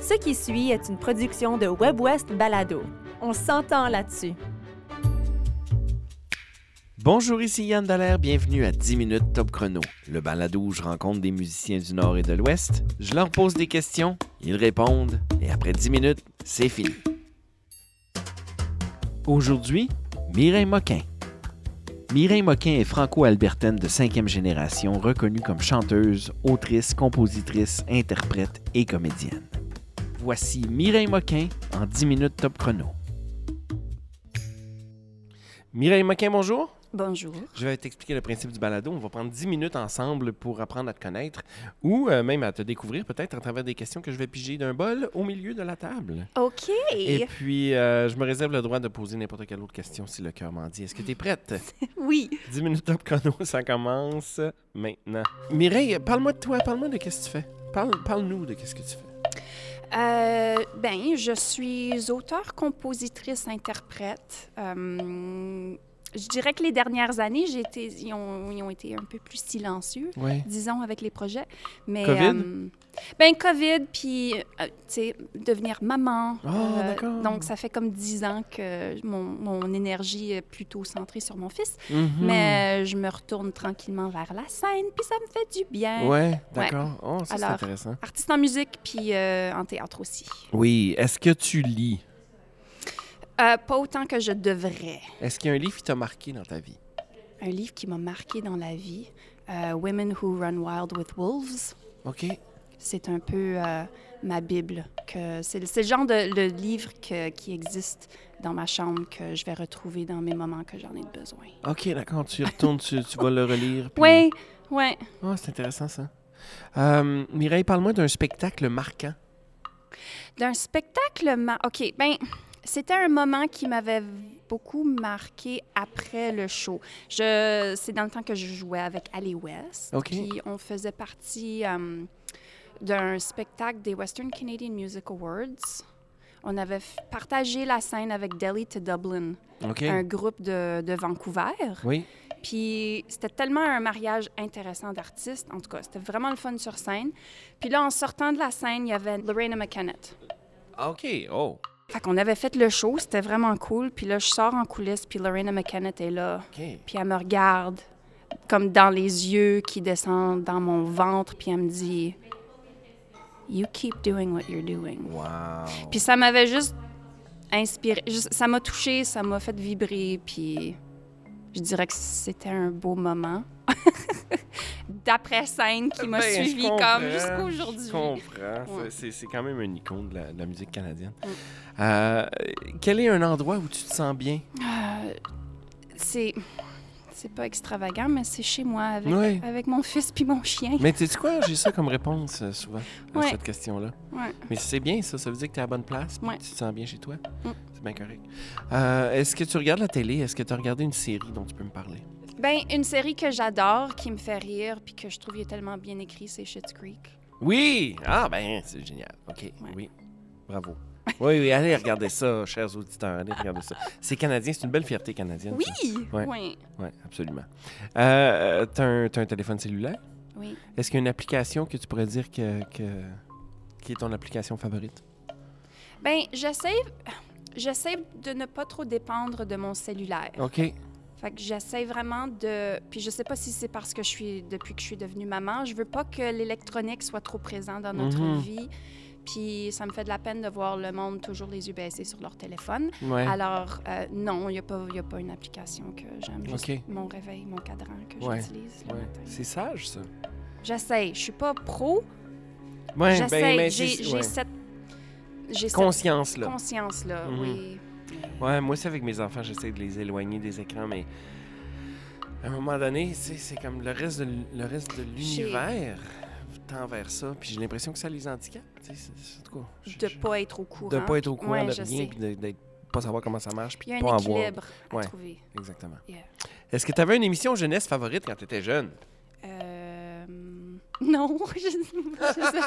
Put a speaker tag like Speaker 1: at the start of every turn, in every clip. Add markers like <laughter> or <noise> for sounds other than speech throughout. Speaker 1: Ce qui suit est une production de WebWest Balado. On s'entend là-dessus.
Speaker 2: Bonjour, ici Yann Dallaire, bienvenue à 10 minutes Top Chrono, le balado où je rencontre des musiciens du Nord et de l'Ouest, je leur pose des questions, ils répondent, et après 10 minutes, c'est fini. Aujourd'hui, Mireille Moquin. Mireille Moquin est franco-albertaine de cinquième génération, reconnue comme chanteuse, autrice, compositrice, interprète et comédienne. Voici Mireille Moquin en 10 minutes top chrono. Mireille Moquin, bonjour.
Speaker 3: Bonjour.
Speaker 2: Je vais t'expliquer le principe du balado. On va prendre 10 minutes ensemble pour apprendre à te connaître ou euh, même à te découvrir peut-être à travers des questions que je vais piger d'un bol au milieu de la table.
Speaker 3: OK.
Speaker 2: Et puis, euh, je me réserve le droit de poser n'importe quelle autre question si le cœur m'en dit. Est-ce que tu es <laughs> prête?
Speaker 3: Oui.
Speaker 2: 10 minutes top chrono, ça commence maintenant. Mireille, parle-moi de toi, parle-moi de qu'est-ce que tu fais. Parle, parle-nous de qu'est-ce que tu fais.
Speaker 3: Euh, ben, je suis auteur, compositrice, interprète. Euh, je dirais que les dernières années, j'ai été, ils, ont, ils ont été un peu plus silencieux,
Speaker 2: Oui.
Speaker 3: disons, avec les projets. Mais,
Speaker 2: COVID?
Speaker 3: euh, ben, COVID, puis, euh, tu sais, devenir maman. Euh,
Speaker 2: Ah, d'accord.
Speaker 3: donc, ça fait comme dix ans que mon, mon énergie est plutôt centrée sur mon fils.
Speaker 2: Mm-hmm. Hmm.
Speaker 3: Mais euh, je me retourne tranquillement vers la scène, puis ça me fait du bien.
Speaker 2: Ouais, d'accord. Oh, ça, c'est
Speaker 3: Alors-
Speaker 2: intéressant.
Speaker 3: Artiste en musique, puis euh, en théâtre aussi.
Speaker 2: Oui, est-ce que tu lis?
Speaker 3: Euh, pas autant que je devrais.
Speaker 2: Est-ce qu'il y a un livre qui t'a marqué dans ta vie?
Speaker 3: Un livre qui m'a marqué dans la vie, euh, Women Who Run Wild with Wolves.
Speaker 2: OK.
Speaker 3: C'est un peu euh, ma Bible. que C'est le- c'est le genre de le livre que- qui existe dans ma chambre que je vais retrouver dans mes moments que j'en ai besoin.
Speaker 2: OK, d'accord. Tu y retournes, tu, tu vas le relire. puis-
Speaker 3: Oui, oui.
Speaker 2: Oh, c'est intéressant, ça. Euh, Mireille, parle-moi d'un spectacle marquant.
Speaker 3: D'un spectacle, ma- OK, ben c'était un moment qui m'avait beaucoup marqué après le show. Je, c'est dans le temps que je jouais avec Ali West.
Speaker 2: OK.
Speaker 3: Puis on faisait partie euh, d'un spectacle des Western Canadian Music Awards. On avait f- partagé la scène avec Delhi to Dublin,
Speaker 2: OK.
Speaker 3: un groupe de, de Vancouver.
Speaker 2: Oui.
Speaker 3: Puis c'était tellement un mariage intéressant d'artistes. En tout cas, c'était vraiment le fun sur scène. Puis là, en sortant de la scène, il y avait Lorena McKennett.
Speaker 2: OK. Oh.
Speaker 3: Fait qu'on avait fait le show, c'était vraiment cool. Puis là, je sors en coulisses, puis Lorena McKennett est là.
Speaker 2: OK.
Speaker 3: Puis elle me regarde, comme dans les yeux qui descendent dans mon ventre, puis elle me dit You keep doing what you're doing.
Speaker 2: Wow.
Speaker 3: Puis ça m'avait juste inspiré, juste- ça m'a touchée, ça m'a fait vibrer, puis je dirais que c'était un beau moment. <laughs> D'après scène qui m'a
Speaker 2: Ben, je
Speaker 3: suivi
Speaker 2: comprends,
Speaker 3: comme jusqu'à
Speaker 2: Je
Speaker 3: aujourd'hui.
Speaker 2: comprends. C'est-
Speaker 3: Ouais.
Speaker 2: C'est, c'est quand même une icône de la, de la musique canadienne.
Speaker 3: Mm.
Speaker 2: Euh, quel est un endroit où tu te sens bien?
Speaker 3: Euh, c'est c'est pas extravagant, mais c'est chez moi avec,
Speaker 2: Ouais.
Speaker 3: avec mon fils puis mon chien.
Speaker 2: Mais tu sais quoi? J'ai ça comme réponse euh, souvent à
Speaker 3: Ouais.
Speaker 2: cette question-là.
Speaker 3: Ouais.
Speaker 2: Mais c'est bien ça. Ça veut dire que tu es à la bonne place. puis
Speaker 3: Ouais.
Speaker 2: Tu te sens bien chez toi.
Speaker 3: Mm.
Speaker 2: C'est bien correct. Euh, est-ce que tu regardes la télé? Est-ce que tu as regardé une série dont tu peux me parler?
Speaker 3: Ben une série que j'adore, qui me fait rire puis que je trouve il est tellement bien écrit, c'est Schitt's Creek.
Speaker 2: Oui! Ah ben, c'est génial. OK,
Speaker 3: Ouais.
Speaker 2: oui. Bravo. Oui, oui, allez regarder ça, chers auditeurs, allez regarder ça. C'est canadien, c'est une belle fierté canadienne.
Speaker 3: Oui.
Speaker 2: Ouais.
Speaker 3: Oui.
Speaker 2: Oui, absolument. Euh, t'as, un, t'as un téléphone cellulaire?
Speaker 3: Oui.
Speaker 2: Est-ce qu'il y a une application que tu pourrais dire que, que- qui est ton application favorite?
Speaker 3: Ben j'essaie j'essaie de ne pas trop dépendre de mon cellulaire.
Speaker 2: OK.
Speaker 3: Fait que j'essaie vraiment de puis je sais pas si c'est parce que je suis depuis que je suis devenue maman, je veux pas que l'électronique soit trop présent dans notre
Speaker 2: Mhm.
Speaker 3: vie. Puis ça me fait de la peine de voir le monde toujours les yeux baissés sur leur téléphone.
Speaker 2: Ouais.
Speaker 3: Alors, euh, non, il n'y a, pas- y a pas une application que j'aime. Juste
Speaker 2: OK.
Speaker 3: mon réveil, mon cadran que
Speaker 2: Ouais,
Speaker 3: j'utilise le
Speaker 2: Ouais.
Speaker 3: matin.
Speaker 2: C'est sage, ça.
Speaker 3: J'essaie. Je suis pas pro.
Speaker 2: Ouais, ben,
Speaker 3: J'essaie.
Speaker 2: mais
Speaker 3: j'ai
Speaker 2: c'est-
Speaker 3: j'ai
Speaker 2: ouais.
Speaker 3: cette, j'ai
Speaker 2: Conscience,
Speaker 3: cette
Speaker 2: là.
Speaker 3: conscience-là,
Speaker 2: Mhm.
Speaker 3: oui.
Speaker 2: Ouais, moi aussi, avec mes enfants, j'essaie de les éloigner des écrans, mais à un moment donné, tu sais, c'est comme le reste de, l- le reste de
Speaker 3: J'ai-
Speaker 2: l'univers tend vers ça, puis j'ai l'impression que ça les handicape. tu sais, c'est- c'est- en tout cas, je-
Speaker 3: De
Speaker 2: je-
Speaker 3: pas être au courant.
Speaker 2: de pas être au courant
Speaker 3: Ouais,
Speaker 2: de
Speaker 3: je
Speaker 2: rien,
Speaker 3: sais.
Speaker 2: puis de, de pas savoir comment ça marche,
Speaker 3: Il y
Speaker 2: puis
Speaker 3: a
Speaker 2: de
Speaker 3: un
Speaker 2: pas en voir.
Speaker 3: équilibre à
Speaker 2: Ouais.
Speaker 3: trouver.
Speaker 2: Exactement.
Speaker 3: Yeah.
Speaker 2: Est-ce que tu avais une émission jeunesse favorite quand tu étais jeune?
Speaker 3: Euh, <laughs> Non, <laughs> je, je sais.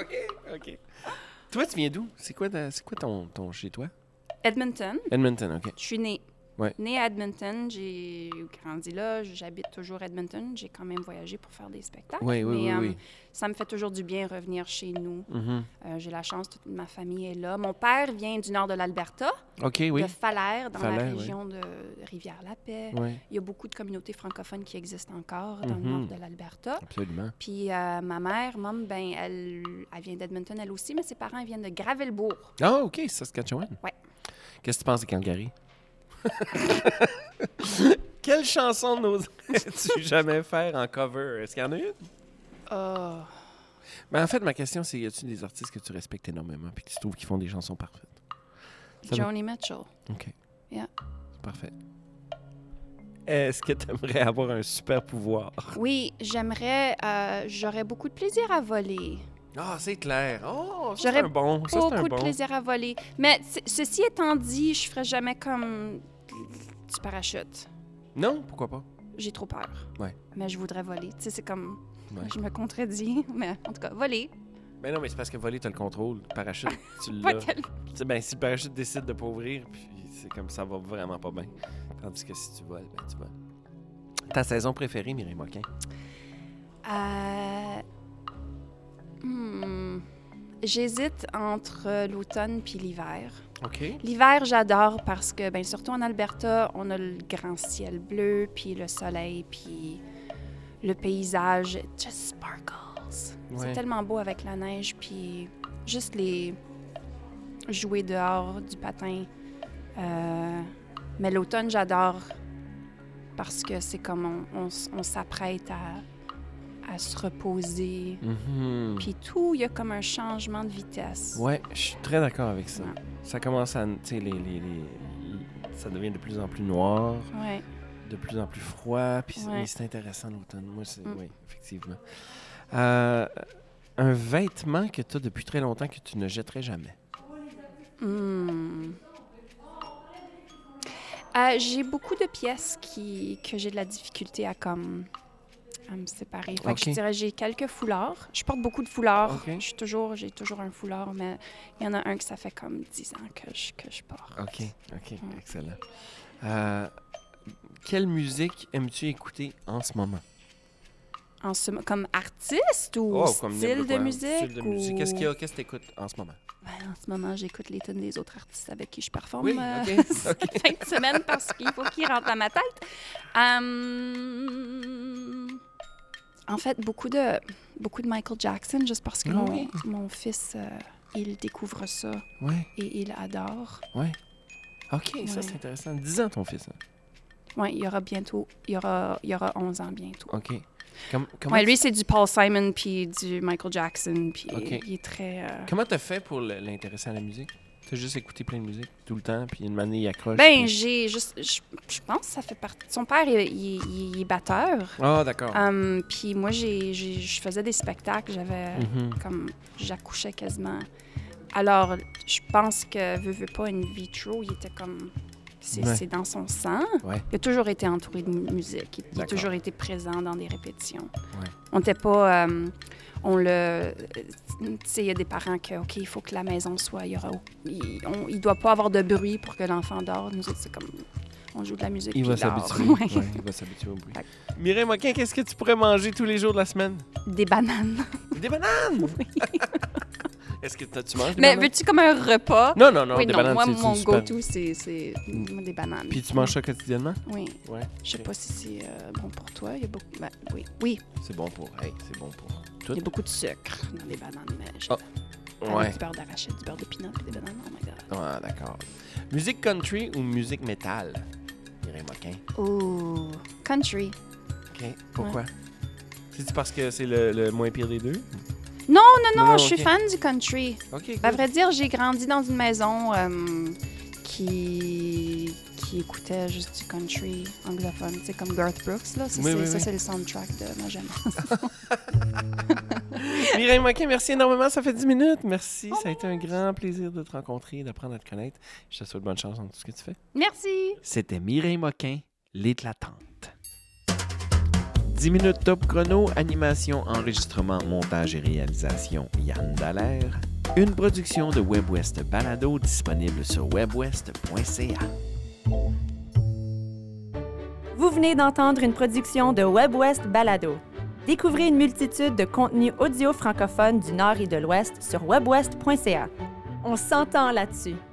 Speaker 2: OK, OK. Toi, tu viens d'où? C'est quoi, ta- c'est quoi ton, ton chez toi?
Speaker 3: Edmonton,
Speaker 2: Edmonton, OK.
Speaker 3: je suis née.
Speaker 2: Ouais.
Speaker 3: Née à Edmonton, j'ai grandi là, j'habite toujours à Edmonton. J'ai quand même voyagé pour faire des spectacles.
Speaker 2: Oui, oui, oui,
Speaker 3: mais, euh,
Speaker 2: oui.
Speaker 3: Ça me fait toujours du bien revenir chez nous.
Speaker 2: Mhm.
Speaker 3: Euh, j'ai la chance, toute ma famille est là. Mon père vient du nord de l'Alberta,
Speaker 2: OK, oui.
Speaker 3: de Falaire, dans la
Speaker 2: Falaire, oui.
Speaker 3: région de Rivière-la-Paix.
Speaker 2: Oui,
Speaker 3: Il y a beaucoup de communautés francophones qui existent encore dans le
Speaker 2: Mhm.
Speaker 3: nord de l'Alberta.
Speaker 2: absolument.
Speaker 3: Puis euh, ma mère, mom, ben, elle, elle vient d'Edmonton, elle aussi, mais ses parents viennent de Gravelbourg.
Speaker 2: Ah, OK, Saskatchewan.
Speaker 3: Ouais.
Speaker 2: Qu'est-ce que tu penses de Calgary? <laughs> Quelle chanson <laughs> n'oserais-tu jamais faire en cover? Est-ce qu'il y en a une?
Speaker 3: Ah,
Speaker 2: Ben, en fait, ma question, c'est y a-tu des artistes que tu respectes énormément puis que tu trouves qu'ils font des chansons parfaites? Ça va.
Speaker 3: Joni Mitchell.
Speaker 2: OK.
Speaker 3: Yeah.
Speaker 2: C'est Parfait. Est-ce que tu aimerais avoir un super pouvoir?
Speaker 3: Oui, j'aimerais, euh, j'aurais beaucoup de plaisir à voler.
Speaker 2: Ah, c'est clair. Oh,
Speaker 3: c'est J'aurais un
Speaker 2: bon.
Speaker 3: beaucoup de plaisir à voler. Mais c- ceci étant dit, je ferais jamais comme du parachute.
Speaker 2: Non, pourquoi pas?
Speaker 3: J'ai trop peur.
Speaker 2: Ouais.
Speaker 3: Mais je voudrais voler. Tu sais, c'est comme,
Speaker 2: Ouais.
Speaker 3: je me contredis, <laughs> mais en tout cas, voler.
Speaker 2: Ben non, mais c'est parce que voler, t'as le contrôle. Le
Speaker 3: <laughs>
Speaker 2: parachute, tu
Speaker 3: Pas
Speaker 2: l'as.
Speaker 3: tellement.
Speaker 2: Tu sais, ben, si le parachute décide de pas ouvrir, puis c'est comme ça va vraiment pas bien. Tandis que si tu voles, ben tu voles. Ta saison préférée, Mireille Moquin?
Speaker 3: Euh, hmm, J'hésite entre l'automne puis l'hiver.
Speaker 2: OK.
Speaker 3: L'hiver, j'adore parce que, ben, surtout en Alberta, on a le grand ciel bleu, puis le soleil, puis le paysage it just sparkles.
Speaker 2: Ouais.
Speaker 3: C'est tellement beau avec la neige, puis juste les jouer dehors du patin. Euh, mais l'automne, j'adore parce que c'est comme on, on s- on s'apprête à, à se reposer.
Speaker 2: Mhm.
Speaker 3: Puis tout, il y a comme un changement de vitesse.
Speaker 2: Ouais, je suis très d'accord avec ça.
Speaker 3: Ouais.
Speaker 2: Ça commence à. Tu sais, les, les- les- ça devient de plus en plus noir,
Speaker 3: Ouais.
Speaker 2: de plus en plus froid, puis c'est-
Speaker 3: Ouais.
Speaker 2: mais c'est intéressant l'automne. Moi, c'est.
Speaker 3: Mm.
Speaker 2: Oui, effectivement. Euh, un vêtement que tu as depuis très longtemps que tu ne jetterais jamais.
Speaker 3: Hmm. Euh, j'ai beaucoup de pièces qui, que j'ai de la difficulté à comme à me séparer. Fait que
Speaker 2: Ok.
Speaker 3: je dirais j'ai quelques foulards. Je porte beaucoup de foulards.
Speaker 2: Ok.
Speaker 3: Je suis toujours j'ai toujours un foulard, mais il y en a un que ça fait comme 10 ans que je, que je porte.
Speaker 2: OK, OK,
Speaker 3: Mm.
Speaker 2: excellent. Euh, quelle musique aimes-tu écouter en ce moment?
Speaker 3: En ce mo- comme artiste
Speaker 2: Oh,
Speaker 3: ou style, de musique, ou-
Speaker 2: Qu'est-ce qu'il y a? Qu'est-ce que tu écoutes en ce moment?
Speaker 3: Ben, en ce moment, j'écoute les tunes des autres artistes avec qui je performe
Speaker 2: Oui, ok,
Speaker 3: euh,
Speaker 2: <laughs>
Speaker 3: cette <laughs> fin de semaine parce qu'il faut qu'ils rentrent dans ma tête. Hum, en fait, beaucoup de, beaucoup de Michael Jackson, juste parce que
Speaker 2: Ah
Speaker 3: mon,
Speaker 2: oui.
Speaker 3: mon fils, euh, il découvre ça
Speaker 2: Ouais,
Speaker 3: et il adore.
Speaker 2: ouais. OK, ça
Speaker 3: Ouais.
Speaker 2: c'est intéressant. 10 ans ton fils. hein?
Speaker 3: Ouais, il y aura bientôt, il y aura, il y aura 11 ans bientôt.
Speaker 2: OK. Com- Ah, comment
Speaker 3: Ouais, lui, c'est du Paul Simon puis du Michael Jackson, puis
Speaker 2: Ok.
Speaker 3: il est très... euh,
Speaker 2: Comment t'as fait pour le- l'intéresser à la musique? T'as juste écouté plein de musique tout le temps, puis une année, il accroche.
Speaker 3: Ben,
Speaker 2: puis-
Speaker 3: j'ai juste... Je je pense que ça fait partie... Son père, il- il- il- il est batteur.
Speaker 2: Ah, d'accord.
Speaker 3: Um, puis moi, j'ai- j'ai- je faisais des spectacles, j'avais
Speaker 2: Mhm.
Speaker 3: comme j'accouchais quasiment. Alors, je pense que veux, veux pas une vitro, il était comme c'est
Speaker 2: Ouais.
Speaker 3: c'est dans son sang.
Speaker 2: Ouais.
Speaker 3: Il a toujours été entouré de mu- musique, il a
Speaker 2: D'accord.
Speaker 3: toujours été présent dans des répétitions.
Speaker 2: Ouais.
Speaker 3: On n'était pas um, on le euh, tu sais, il y a des parents que OK, il faut que la maison soit il y aura il, on- il doit pas avoir de bruit pour que l'enfant dort. Nous autres, c'est comme on joue de la musique
Speaker 2: Il
Speaker 3: puis
Speaker 2: va
Speaker 3: dort.
Speaker 2: s'habituer.
Speaker 3: <laughs> Ouais.
Speaker 2: <laughs> Ouais, il va s'habituer au bruit.
Speaker 3: Fait
Speaker 2: Mireille Moquin, qu'est-ce que tu pourrais manger tous les jours de la semaine?
Speaker 3: Des bananes.
Speaker 2: Des
Speaker 3: <laughs>
Speaker 2: bananes! <laughs> Est-ce que t'as- tu manges des
Speaker 3: Mais
Speaker 2: bananes?
Speaker 3: veux-tu comme un repas
Speaker 2: Non, non, non,
Speaker 3: oui,
Speaker 2: des
Speaker 3: non,
Speaker 2: bananes,
Speaker 3: moi,
Speaker 2: c'est c'est
Speaker 3: mon
Speaker 2: super-
Speaker 3: go-to, c'est c'est moi, des bananes.
Speaker 2: Puis tu manges ça quotidiennement?
Speaker 3: Oui.
Speaker 2: Ouais.
Speaker 3: Je sais
Speaker 2: Ok.
Speaker 3: pas si c'est euh, bon pour toi. Il y a beaucoup... ben, oui, oui.
Speaker 2: C'est bon pour. Hey, c'est bon pour.
Speaker 3: il y a beaucoup de sucre dans les bananes. Mais j'ai-
Speaker 2: Ah,
Speaker 3: avec
Speaker 2: Ouais.
Speaker 3: du beurre d'arachide, du beurre de pinot et des bananes. Oh my God.
Speaker 2: Ah, d'accord. Musique country ou musique métal? Mireille Moquin.
Speaker 3: Ooh, country.
Speaker 2: OK. Pourquoi? C'est parce que c'est le, le moins pire des deux?
Speaker 3: Non, non, non,
Speaker 2: Non,
Speaker 3: je suis
Speaker 2: ok.
Speaker 3: fan du country. Bah,
Speaker 2: OK.
Speaker 3: À vrai dire, j'ai grandi dans une maison euh, qui qui écoutait juste du country anglophone, tu sais, comme Garth Brooks, là. Ça,
Speaker 2: Oui,
Speaker 3: c'est
Speaker 2: oui,
Speaker 3: ça,
Speaker 2: oui.
Speaker 3: c'est le soundtrack de ma jeunesse.
Speaker 2: Mireille Moquin, merci énormément. Ça fait 10 minutes.
Speaker 3: Oh
Speaker 2: Merci. Ça a été un grand plaisir de te rencontrer, d'apprendre à te connaître. Je te souhaite bonne chance dans tout ce que tu fais.
Speaker 3: Merci!
Speaker 2: C'était Mireille Moquin, l'éclatante. 10 minutes top chrono, animation, enregistrement, montage et réalisation, Yann Dallaire. Une production de WebWest Balado disponible sur webwest.ca.
Speaker 1: Vous venez d'entendre une production de WebWest Balado. Découvrez une multitude de contenus audio francophones du Nord et de l'Ouest sur webwest.ca. On s'entend là-dessus.